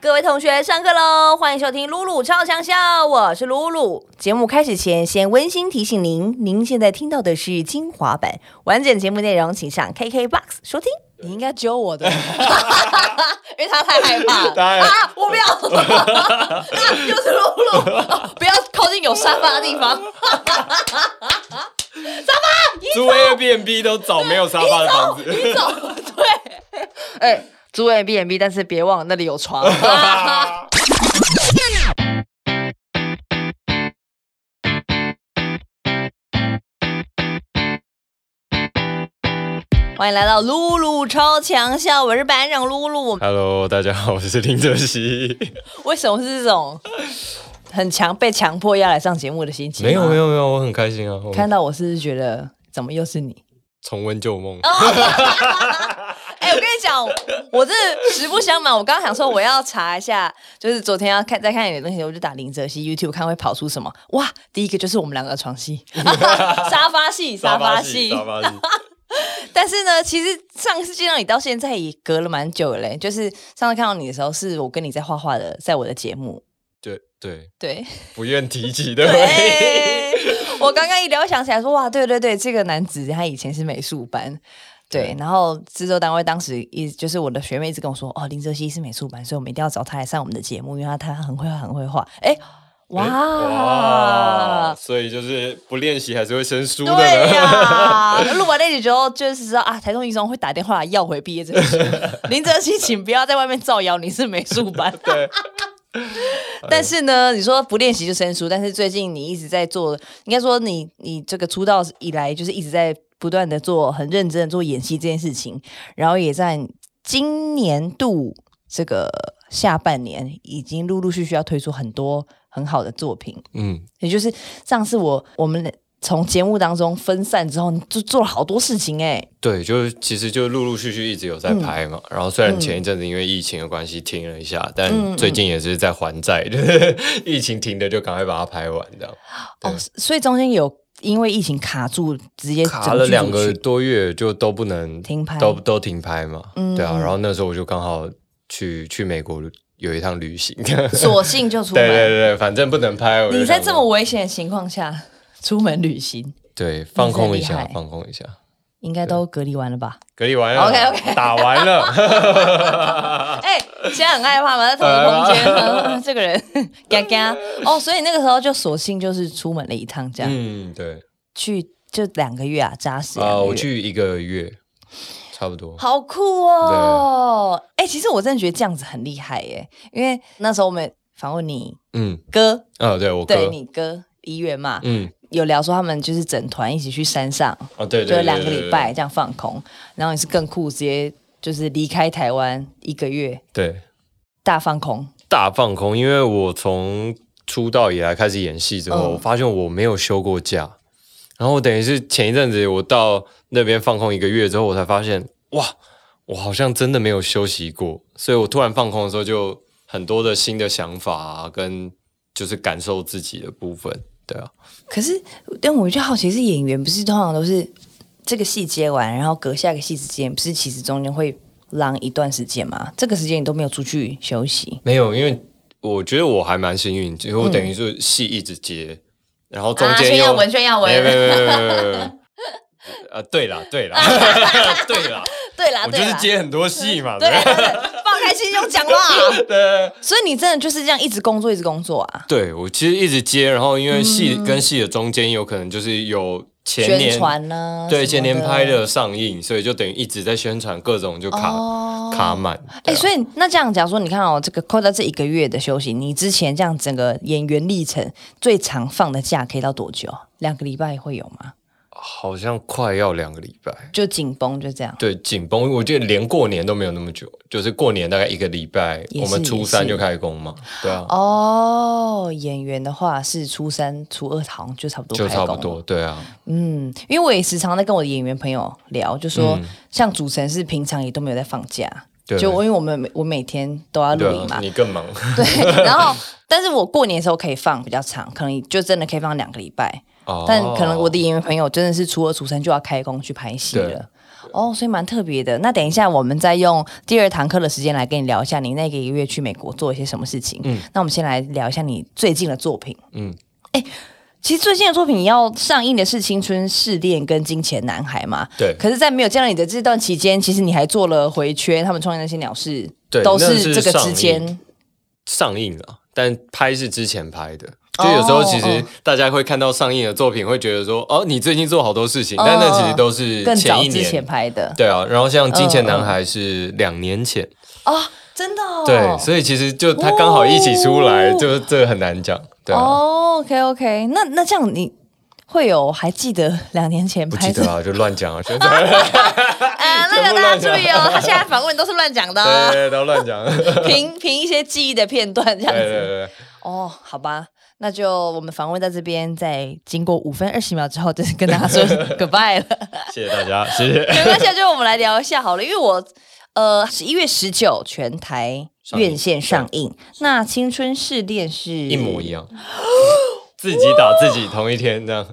各位同学，上课喽！欢迎收听露露超强笑，我是露露。节目开始前，先温馨提醒您，您现在听到的是精华版，完整节目内容请上 KKBOX 收听。你应该揪我的， 因为他太害 怕了当然啊！我不要， 啊，就是露 露、啊不要靠近有沙发的地方。 租 Airbnb 都找没有沙发的房子，你走，对， 哎、租 A B N B，但是别忘了那里有 床。啊欢迎来到露露超强笑，我是班长露露。 Hello，大家好，我是林 哲熙。为什么是这种很强被强迫要来上节目的心情？没有没，有没有，我很开心啊，我看到我是不是觉得怎么又是你？ 重温旧梦。哎、我跟你讲，我这实不相瞒，我刚刚想说我要查一下，就是昨天要看再看你的东西，我就打林哲熙 YouTube 看会跑出什么。哇，第一个就是我们两个的床 戏，沙发戏， 沙发戏，沙发戏，但是呢，其实上次见到你到现在也隔了蛮久了嘞，就是上次看到你的时候，是我跟你在画画的，在我的节目。 对对，对，不愿提起的回忆。哎我刚刚一聊想起来说，哇，对对对，这个男子他以前是美术班。对，然后制作单位当时一就是我的学妹一直跟我说，哦，林哲熙是美术班，所以我们一定要找他来上我们的节目，因为他他很会画，很会画。哎，哇， 哇，所以就是不练习还是会生疏的对呢。呀、 录完那集之后，就是知道啊，台中一中会打电话来要回毕业证 书。林哲熙，请不要在外面造谣，你是美术 班。对，但是呢，你说不练习就生疏，但是最近你一直在做，应该说你你这个出道以来，就是一直在不断的做很认真的做演戏这件事情，然后也在今年度这个下半年，已经陆陆续续要推出很多很好的作品。嗯，也就是上次我我们从节目当中分散之后，你就做了好多事情哎、对，就是其实就陆陆续续一直有在拍嘛。嗯然后虽然前一阵子因为疫情的关系停了一下，但最近也是在还债，就是疫情停的就赶快把它拍完，这样哦，所以中间有因为疫情卡住，直接卡了整剧组两个取多月就都不能停拍嗯都都停拍嘛。对啊，然后那时候我就刚好去去美国有一趟旅行。对索性就出 对对门。对，反正不能拍。我就你在想说这么危险的情况下出门旅行，对放空你一真下厉害，放空一下。应该都隔离完了吧？隔离完了 OK，OK 打 完了，啊哎、现在很害怕吗？在同一个空间，嗯 这个人嘎嘎哦，所以那个时候就索性就是出门了一趟，这样、嗯，对去就两个月啊，扎实两啊，个月。我去一个月，差不多。好酷哦！哎、其实我真的觉得这样子很厉害耶，因为那时候我们访问你嗯，哥，啊，对我对哥，你哥一月嘛，嗯，有聊说他们就是整团一起去山上，啊，对就对，两个礼拜对，这样放空，然后你是更酷，直接就是离开台湾一个月对对大放空，大放空，因为我从出道以来开始演戏之后，嗯我发现我没有休过假，然后我等于是前一阵子我到那边放空一个月之后，我才发现哇，我好像真的没有休息过，所以我突然放空的时候，就很多的新的想法啊，跟就是感受自己的部分，对啊，可是，但我就好奇，是演员不是通常都是这个戏接完，然后隔下一个戏之间，不是其实中间会浪一段时间吗？这个时间你都没有出去休息，没有，因为我觉得我还蛮幸运，因为我等于是戏一直接，然后中啊间又、炫耀没有没有没有没有没有没有。 啊，对啦，对啦， 对啦，啊对啦，我对就是啦，接很多戏嘛，对对啦对啦放开心胸 讲嘛。对 所以你真的就是这样一直工作，一直工作啊？对，我其实一直接，然后因为戏跟戏的中间有可能就是有前嗯宣年传呢、对前年拍的。的上映，所以就等于一直在宣传各种就卡、哦卡满。哎、对啊所以那这样，假如说你看哦，这个扣掉这一个月的休息，你之前这样整个演员历程最长放的假可以到多久？两个礼拜会有吗？啊好像快要两个礼拜，就紧绷，就这样。对紧绷，我觉得连过年都没有那么久，就是过年大概一个礼拜，也是我们初也三是就开工嘛，对啊，哦，演员的话是初三、初二好像就差不多就开工差了不。多，对啊，嗯，因为我也时常在跟我的演员朋友聊，就说、嗯像主持人是平常也都没有在放假，对就我因为我们我每天都要录对影嘛啊，，你更 忙，对，然后但是我过年的时候可以放比较长，可能就真的可以放两个礼拜。哦但可能我的演员朋友真的是初二、初三就要开工去拍戏对了。哦，所以蛮特别的。那等一下，我们再用第二堂课的时间来跟你聊一下你那个一个月去美国做一些什么事情。嗯，那我们先来聊一下你最近的作品。嗯，哎、其实最近的作品要上映的是《青春试炼》跟《金钱男孩》嘛。对可是，在没有见到你的这段期间，其实你还做了回圈，他们创业那些鸟事，对都那是是这个上之映间。上映了，但拍是之前拍的。就有时候其哦实大家会看到上映的作品，会觉得说，哦，你最近做好多事情，但那其实都是更前早一之前嗯年。拍的对啊，然后像《金钱男孩》是两年前，啊、真的、哦、对，所以其实就他刚好一起出来，哦就这个很难讲，对啊，哦，OK，OK、o k OK，那那这样你会有还记得两年前不拍记的 得啊，就乱讲啊，现在啊，那个大家注意哦，他现在访问都是乱讲的、 对哦，对都乱讲，对凭凭一些记忆的片段这样对子。对，哦，好吧，那就我们访问到这边，在经过五分二十秒之后，就是跟大家说 goodbye 了。谢谢大 家，谢谢。没关系啊，就我们来聊一下好了，因为我呃十一月十九全台院线上映，那《青春试炼》是一一模一样，自己打自己同一天这样。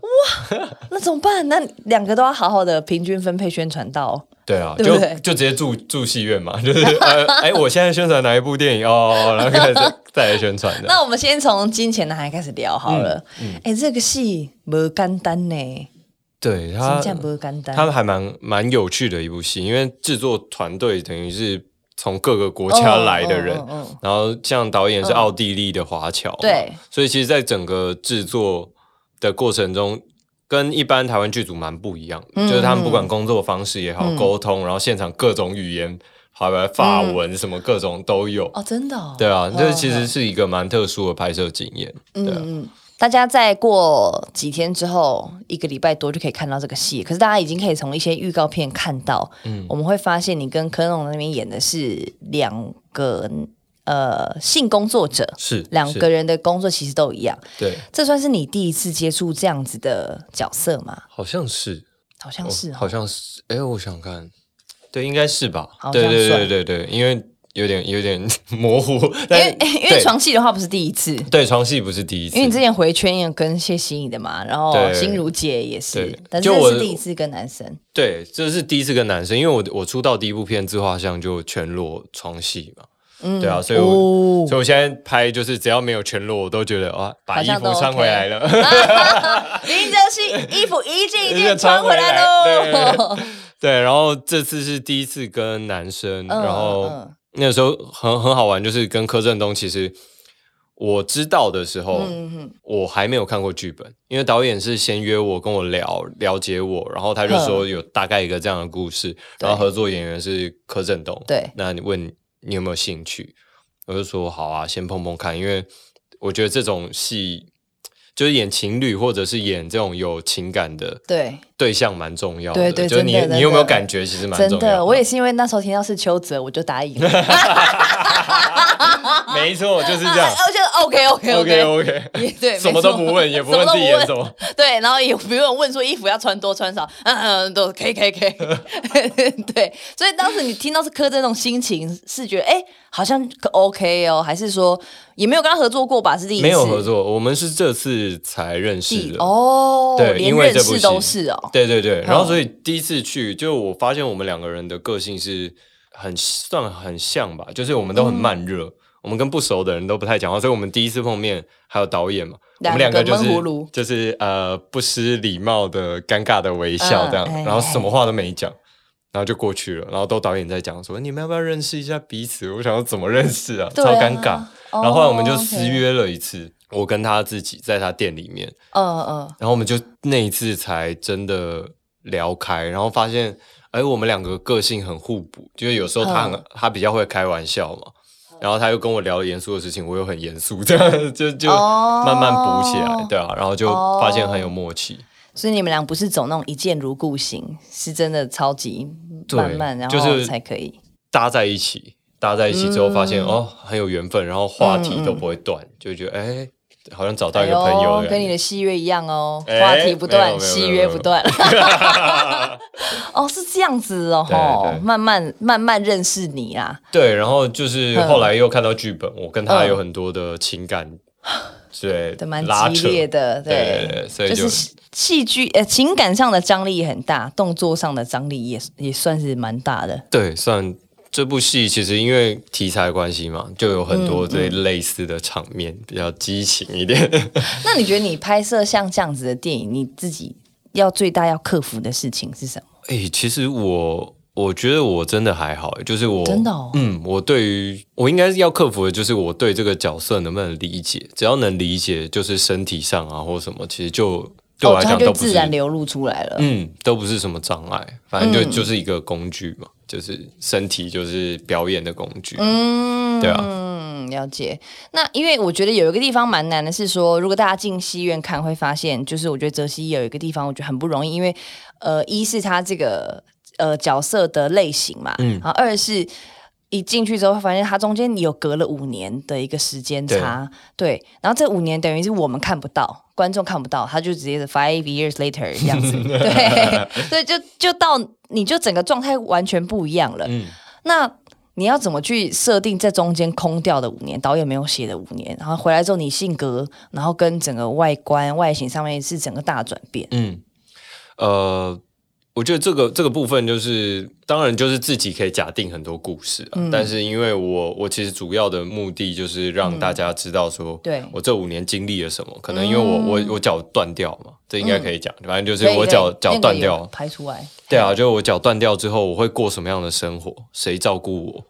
那怎么办？那两个都要好好的平均分配宣传到。对啊，对不对就就直接住住戏院嘛， 就是呃，哎，我现在宣传哪一部电影哦，然 后开始再来宣传的。那我们先从《金钱男孩》开始聊好了。哎、嗯这个戏不简单呢，对他真，的不简单。他们还蛮蛮有趣的一部戏，因为制作团队等于是从各个国家来的人嗯嗯嗯嗯，然后像导演是奥地利的华侨嘛，对所以其实，在整个制作的过程中。跟一般台湾剧组蛮不一样，嗯就是他们不管工作方式也好，沟通，然后现场各种语言，还有法文什么各种都有。嗯哦，真的、哦。对啊，嗯这其实是一个蛮特殊的拍摄经验。对啊，嗯嗯，大家在过几天之后，一个礼拜多就可以看到这个戏。可是大家已经可以从一些预告片看到，嗯我们会发现你跟柯农那边演的是两个呃性工作者，是两个是人的工作其实都一样。对，这算是你第一次接触这样子的角色吗？好像是，好像是、哦哦，好像是。哎，我想看，对，应该是吧好？对像对算对对对，因为有点有点 模糊，因但为 因为对床戏的话不是第一次，对床戏不是第一次，因为你之前回圈也有跟谢欣怡的嘛，然后对心如姐也是对，但是就这我是第一次跟男 生。对这是第一次跟男生，因为我我出道第一部片《自画像》就全裸床戏嘛。对啊，所以我、嗯哦所以我现在拍就是只要没有全裸，我都觉得啊，把好衣像都服穿 OK 回来了。林则徐衣服一件一 一件件穿穿回回来来喽。对， 然后这次是第一次跟男生，嗯然后嗯那时候很很好玩，就是跟柯震东。其实我知道的 时嗯候，我还没有看过剧本，因为导演是先约我跟我聊了解我，然后他就嗯说有大概一个这样的故事，然后合作演员是柯震东，对那你问你有没有兴趣？我就说好啊，先碰碰看，因为我觉得这种戏就是演情侣或者是演这种有情感的，对，对象蛮重要的，对对就是你真的你有没有真的感觉，其实蛮重真要的，我也是因为那时候听到是邱泽，我就答应了。 没错，就是 这样啊。 我觉得 OK OK OK OK， OK，也对没 什么都错不问，也 不什么问都自己不演问什么，对，然后也不用问说衣服要穿多穿少，嗯嗯，都可以可以 可以。对，所以当时你听到是柯震东心情是觉得哎、好像可 OK 哦，还是说也没有跟他合作过吧？是第一次没有合作，我们是这次才认识第的。哦，对连因为认这部识戏都是哦，对对对，然后所以第一次去，就我发现我们两个人的个性是很算很像吧，就是我们嗯都很慢热，我们跟不熟的人都不太讲话，所以我们第一次碰面还有导演嘛，我们两两个个就是闷葫芦就是呃不失礼貌的尴尬的微笑这样，嗯哎然后什么话都没讲。然后就过去了，然后都导演在讲说你们要不要认识一下彼此？我想要怎么认识啊，对超啊尴尬。哦然后后来我们就私 OK 约了一次，我跟他自己在他店里面，嗯嗯，然后我们就那一次才真的聊开，然后发现，哎，我们两个个性很互补，就是有时候他很、嗯他比较会开玩笑嘛，然后他又跟我聊严肃的事情，我又很严肃，这样就就哦慢慢补起来，对啊，然后就发现很有默契，所以你们俩不是走那种一见如故型，是真的超级对慢慢，然就后是才可以。搭在一起，搭在一起之后发嗯现、哦很有缘分，然后话题都不会断，就觉得哎好像找到一个朋友的哎跟感你觉。的戏约一样哦，哎话题不没有断，没有戏约不 断。哦，是这样子哦，对对慢慢慢慢认识你啊啦。对，然后就是嗯后来又看到剧本，我跟他嗯有很多的情感 对，对，蛮拉激扯烈的，对对对所以就就是戏戏剧呃情感上的张力很大，动作上的张力也也算是蛮大的。对，算这部戏其实因为题材的关系嘛，就有很嗯多这类似的场面，比较激情一点。 那你觉得你拍摄像这样子的电影，你自己要最大要克服的事情是什么？哎、其实我我觉得我真的还好、欸就是我真的哦嗯，我对于我应该是要克服的就是我对这个角色能不能理解，只要能理解，就是身体上啊或什么，其实就对我来它讲哦就都不自是、然流嗯露出来了。嗯，都不是什么障碍，反正就、就是一个工具嘛，就是身体就是表演的工具，嗯，对啊，嗯，了解。那因为我觉得有一个地方蛮难的是说，如果大家进戏院看，会发现就是我觉得泽西有一个地方我觉得很不容易，因为呃，一是他这个呃角色的类型嘛，嗯，然后二是。一进去之后，发现它中间有隔了五年的一个时间差，对然后这五年等于是我们看不到，观众看不到，他就直接是 five years later 这样 子，对， 所以就就到你就整个状态完全不一样了。那你要怎么去设定这中间空掉的五年，导演没有写的五年，然后回来之后你性格，然后跟整个外观、外形上面是整个大转变。嗯，呃，我觉得这个这个部分就是，当然就是自己可以假定很多故事、啊，嗯但是因为我我其实主要的目的就是让大家知道说，嗯对我这五年经历了什么，可能因为我、我我脚断掉嘛，这应该可以讲，反正就是所以我脚嗯对脚那个断有掉，排出来，对啊，就我脚断掉之后，我会过什么样的生活？谁照顾我？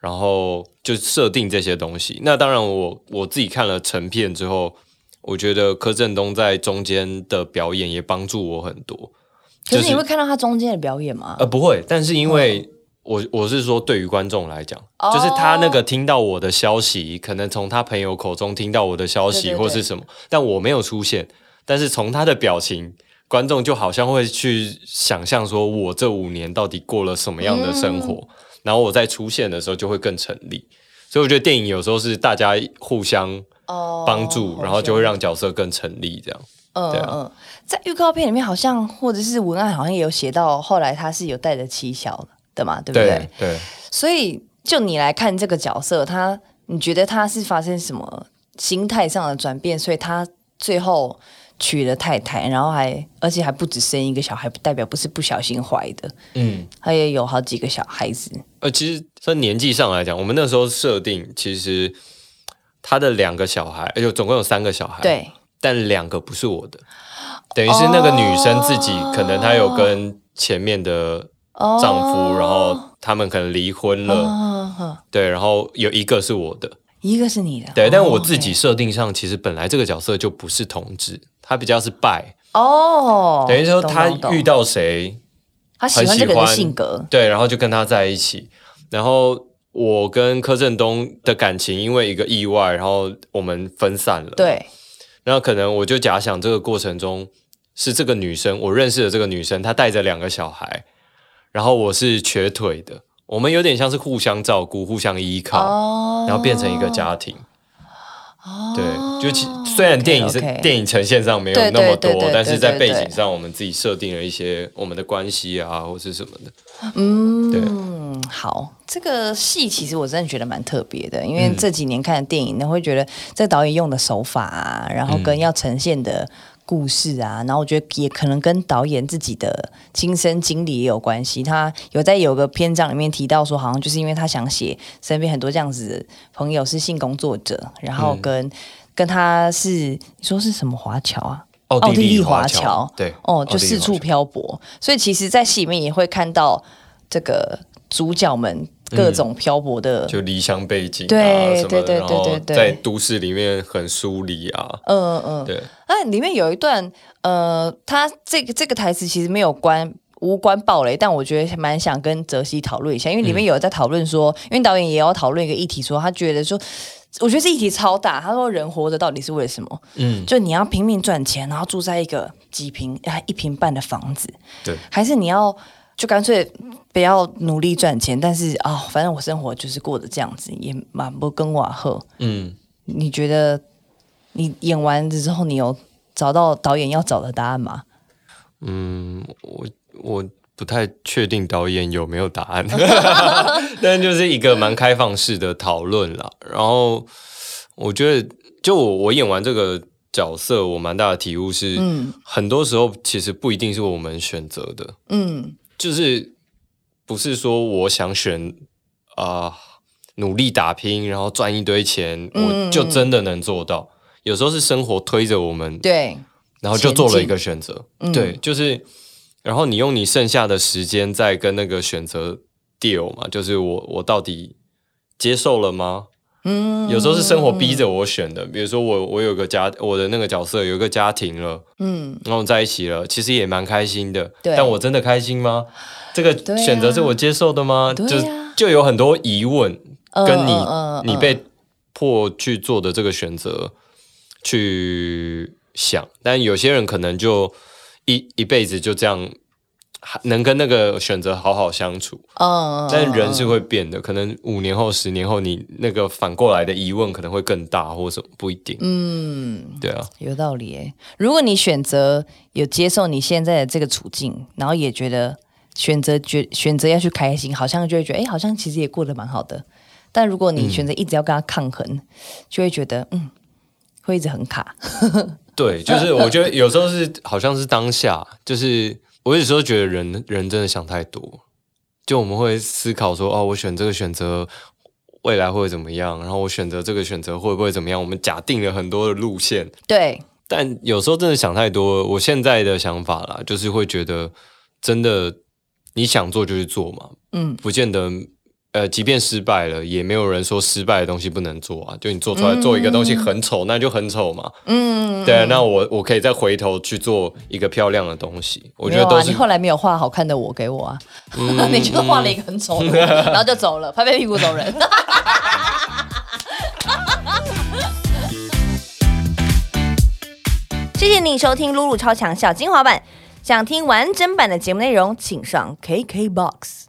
然后就设定这些东西。那当然我，我自己看了成片之后，我觉得柯震东在中间的表演也帮助我很多。可是就你是会看到他中间的表演吗？呃，不会，但是因嗯为我我是说，对于观众来讲，哦就是他那个听到我的消息，可能从他朋友口中听到我的消对息对对或是什么，但我没有出现，但是从他的表情。观众就好像会去想象，说我这五年到底过了什么样的生活，嗯然后我在出现的时候就会更成立。所以我觉得电影有时候是大家互相哦呃帮助，然后就会让角色更成立。这样，嗯对嗯啊嗯，在预告片里面好像或者是文案好像也有写到，后来他是有带着七小的嘛，对不对？对，所以就你来看这个角色，他你觉得他是发生什么心态上的转变？所以他最后娶了太太，然后还而且还不止生一个小孩，代表不是不小心怀的，嗯，他也有好几个小孩子。呃，其实从年纪上来讲，我们那时候设定，其实他的两个小孩，哎呦，总共有三个小孩，，对，但两个不是我的，等于是那个女生自己，可能她有跟前面的哦丈夫，然后他们可能离婚了，嗯嗯嗯对，然后有一个是我的，一个是你的，对，但哦我自己 OK 设定上，其实本来这个角色就不是同志，他比较是拜，哦，等于说懂他懂懂遇到谁，他喜欢这个人的性格，对，然后就跟他在一起。然后我跟柯震东的感情因为一个意外，然后我们分散了。，对，然后可能我就假想这个过程中是这个女生，我认识的这个女生，她带着两个小孩，然后我是瘸腿的，我们有点像是互相照顾、互相依靠，哦然后变成一个家庭。哦对，就其虽然电影是 OK，OK 电影呈现上没有对那么对对多对，但是对在对背对景上我们自己设定了一些我们的关系啊，或是什么的。嗯，对好，这个戏其实我真的觉得蛮特别的，因为嗯这几年看的电影，你会觉得这导演用的手法啊，然嗯后跟要呈现的故事啊，然后我觉得也可能跟导演自己的亲身经历也有关系。他有在有个篇章里面提到说，好像就是因为他想写身边很多这样子的朋友是性工作者，然嗯后跟、跟他是你说是什么华侨啊？奥奥地利华侨侨，对，哦，就奥地利四处华侨漂泊。所以其实，在戏里面也会看到这个主角们各种漂泊的，嗯就离乡背景啊对什么对的，对然后对对对在都市里面很疏离啊，嗯嗯。对，那、里面有一段，呃，他这个这个台词其实没有关。无关暴雷，但我觉得蛮想跟泽西讨论一下，因为里面有在讨论说，因为导演也要讨论一个议题说他觉得说，我觉得这议题超大。他说人活着到底是为了什么？嗯，就你要拼命赚钱，然后住在一个几平啊一平半的房子，对，还是你要就干脆不要努力赚钱，但是啊、反正我生活就是过得这样子，也蛮不跟瓦赫。嗯，你觉得你演完之后，你有找到导演要找的答案吗？嗯我我不太确定导演有没有答 案，但就是一个蛮开放式的讨论啦。然后我觉得就我我演完这个角色，我蛮大的体悟是，很多时候其实不一定是我们选择的，嗯就是不是说我想选啊、努力打拼，然后赚一堆钱，嗯我就真的能做到。有时候是生活推着我们，对，然后就做了一个选择，嗯对，就是，然后你用你剩下的时间再跟那个选择 deal 嘛，就是我我到底接受了吗？嗯有时候是生活逼着我选的，比如说我我有个家，我的那个角色有一个家庭了，嗯，然后我们在一起了，其实也蛮开心的。对但我真的开心吗？这个对啊选择是我接受的吗？对啊就就有很多疑问，嗯跟你、嗯嗯你被迫去做的这个选择去想，但有些人可能就一一辈子就这样，还能跟那个选择好好相处。嗯，嗯但人是会变的，可能五年后、十年后，你那个反过来的疑问可能会更大，或什么不一定。嗯。对啊，有道理诶，如果你选择有接受你现在的这个处境，然后也觉得选择觉选择要去开心，好像就会觉得哎，好像其实也过得蛮好的。但如果嗯你选择一直要跟他抗衡，就会觉得嗯，会一直很 卡。对，就是我觉得有时候是好像是当下，就是我有时候觉得人人真的想太多，就我们会思考说，哦，我选这个选择未来会怎么样，然后我选择这个选择会不会怎么样，我们假定了很多的路线，对，但有时候真的想太多了。我现在的想法啦，就是会觉得真的你想做就去做嘛，嗯，不见得。呃，即便失败了，也没有人说失败的东西不能做啊。就你做出来做一个东西很丑，那就很丑嘛。嗯，对啊，那我我可以再回头去做一个漂亮的东西，我没觉得有都啊，是、嗯你后来没有画好看的我给我啊， 你就画了一个很丑的我，然后就走了，拍拍屁股走人。谢谢你收听《露露超强小精华版》，想听完整版的节目内容，请上 KKBOX。